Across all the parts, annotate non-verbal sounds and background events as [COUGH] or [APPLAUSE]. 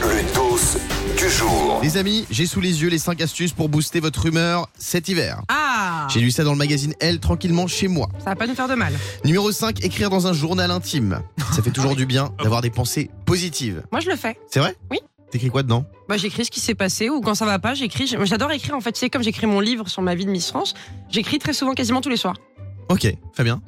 Le dos du jour. Les amis, j'ai sous les yeux les 5 astuces pour booster votre humeur cet hiver. Ah J'ai lu ça dans le magazine Elle tranquillement chez moi. Ça va pas nous faire de mal. Numéro 5, écrire dans un journal intime. Ça fait toujours du bien d'avoir des pensées positives. Moi, je le fais. C'est vrai Oui. T'écris quoi dedans Bah, j'écris ce qui s'est passé ou quand ça va pas, j'écris. J'adore écrire en fait. C'est comme j'écris mon livre sur ma vie de Miss France. J'écris très souvent, quasiment tous les soirs. Ok, très bien.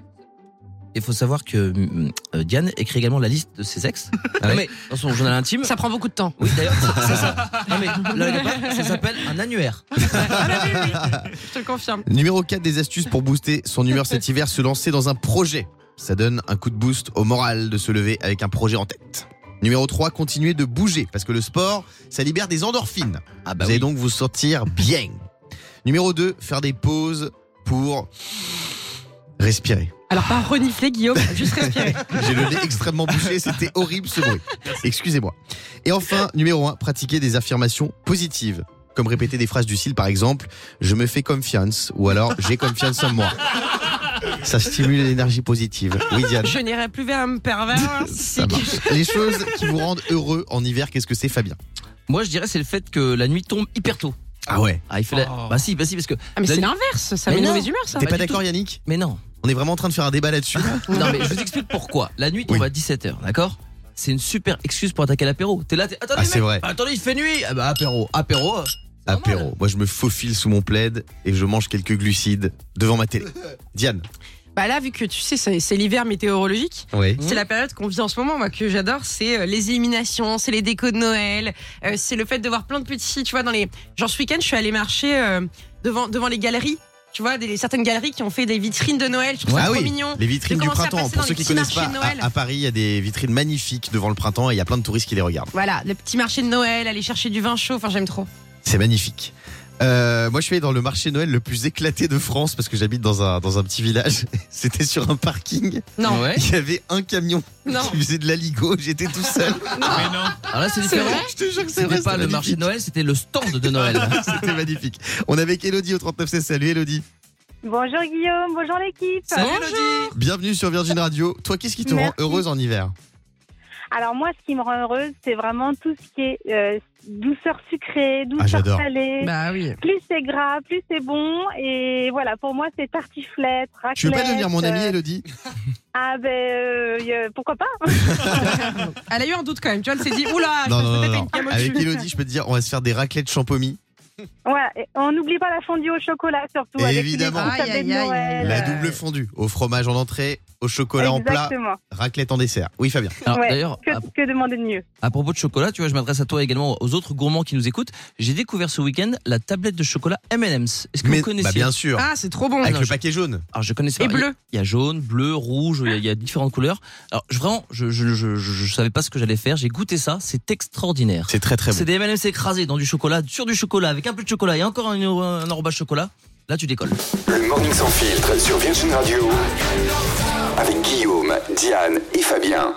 Il faut savoir que mm, euh, Diane écrit également la liste de ses ex. [LAUGHS] Ah ouais Non, mais dans son journal intime. Ça prend beaucoup de temps. Oui, d'ailleurs, c'est [LAUGHS] c'est ça. Non, mais là, il y a pas, ça s'appelle un annuaire. Ah bah oui, oui. Je te le confirme. Numéro 4 des astuces pour booster son humeur cet hiver, se lancer dans un projet. Ça donne un coup de boost au moral de se lever avec un projet en tête. Numéro 3, continuer de bouger parce que le sport, ça libère des endorphines. Ah bah vous oui. allez donc vous sentir bien. Numéro 2, faire des pauses pour respirer. Alors, pas renifler, Guillaume, juste respirer. J'ai le nez extrêmement bouché, c'était horrible ce bruit. Excusez-moi. Et enfin, numéro 1, pratiquer des affirmations positives. Comme répéter des phrases du style, par exemple, je me fais confiance ou alors j'ai confiance en moi. Ça stimule l'énergie positive. Oui, Diane. [LAUGHS] Je n'irai plus vers un pervers. si- Ça marche. Les choses qui vous rendent heureux en hiver, qu'est-ce que c'est, Fabien Moi, je dirais, c'est le fait que la nuit tombe hyper tôt. Ah ouais Ah, il fait la- Bah si, bah si, parce que. Ah, mais la c'est nuit- l'inverse. Ça Mais met une non. mauvaise humeur, ça. T'es Pas pas du d'accord, Yannick Mais non. On est vraiment en train de faire un débat là-dessus. [LAUGHS] Non, mais je vous explique pourquoi. La nuit tombe Oui. à 17h, d'accord C'est une super excuse pour attaquer l'apéro. T'es là, t'es. Attendez, Ah, c'est mec, vrai. Attendez, il fait nuit. Ah bah, apéro, apéro. euh, c'est normal. Apéro. Moi, je me faufile sous mon plaid et je mange quelques glucides devant ma télé. Diane. Bah là, vu que tu sais, c'est c'est l'hiver météorologique. Oui. C'est la période qu'on vit en ce moment, moi, que j'adore. C'est euh, les éliminations, c'est les décos de Noël, euh, c'est le fait de voir plein de petits. Tu vois, dans les. Genre, ce week-end, je suis allée marcher euh, devant, devant les galeries. Tu vois, des, certaines galeries qui ont fait des vitrines de Noël. Je trouve ça Ah trop oui, mignon. les vitrines de du commencer à printemps. passer Pour dans ceux les qui petits connaissent pas, marchés de à- Noël. à, Paris, il y a des vitrines magnifiques devant le printemps et il y a plein de touristes qui les regardent. Voilà, le petit marché de Noël, aller chercher du vin chaud. Enfin, j'aime trop. C'est magnifique. Euh, moi, je suis allé dans le marché Noël le plus éclaté de France parce que j'habite dans un, dans un petit village. [LAUGHS] C'était sur un parking. Non, Ouais. Il y avait un camion Non. qui faisait de l'aligo. J'étais tout seul. Alors là, c'est différent. Je te jure que c'est vrai. C'était pas c'était le marché de magnifique. Noël, c'était le stand de Noël. [LAUGHS] C'était magnifique. On est avec Elodie au 39C. Salut Elodie. Bonjour Guillaume, bonjour l'équipe. Salut, Elodie. Bienvenue sur Virgin Radio. Toi, qu'est-ce qui te rend Merci. heureuse en hiver Alors moi, ce qui me rend heureuse, c'est vraiment tout ce qui est euh, douceur sucrée, douceur Ah, j'adore. salée. bah oui. Plus c'est gras, plus c'est bon. Et voilà, pour moi, c'est tartiflette, raclette. Tu veux pas devenir mon amie, euh, Elodie Ah ben, euh, y a- [LAUGHS] pourquoi pas [LAUGHS] Elle a eu un doute quand même. Tu vois, elle s'est dit, oula, Ah, je Non, pense non, non, peut-être non. une gamme Avec au-dessus. Elodie, je peux te dire, on va se faire des raclettes champomis. Voilà, et on n'oublie pas la fondue au chocolat surtout. avec les Évidemment. petits tablés Aïe, aïe, de Noël. aïe, La Euh, double fondue, au fromage en entrée, au chocolat en plat, Ah. Exactement. raclette en dessert. Oui, Fabien. Alors, Ouais. D'ailleurs, à- Que, que demander de mieux À propos de chocolat, tu vois, je m'adresse à toi également aux autres gourmands qui nous écoutent. J'ai découvert ce week-end la tablette de chocolat M&M's. Est-ce que vous connaissez bah, bien sûr, Ah, c'est trop bon. avec non, le je- paquet jaune. Alors je connaissais Et pas. Il y a- bleu. Il y a jaune, bleu, rouge. Il y a, il y a différentes couleurs. Alors je, vraiment, je, je, je, je- je savais pas ce que j'allais faire. J'ai goûté ça. C'est extraordinaire. C'est très très C'est Ah bon. des M&M's écrasés dans du chocolat, sur du chocolat, avec un peu de chocolat et encore un, un enrobage chocolat. Là, tu décolles. Le morning sans filtre sur Virgin Radio. Avec Guillaume, Diane et Fabien.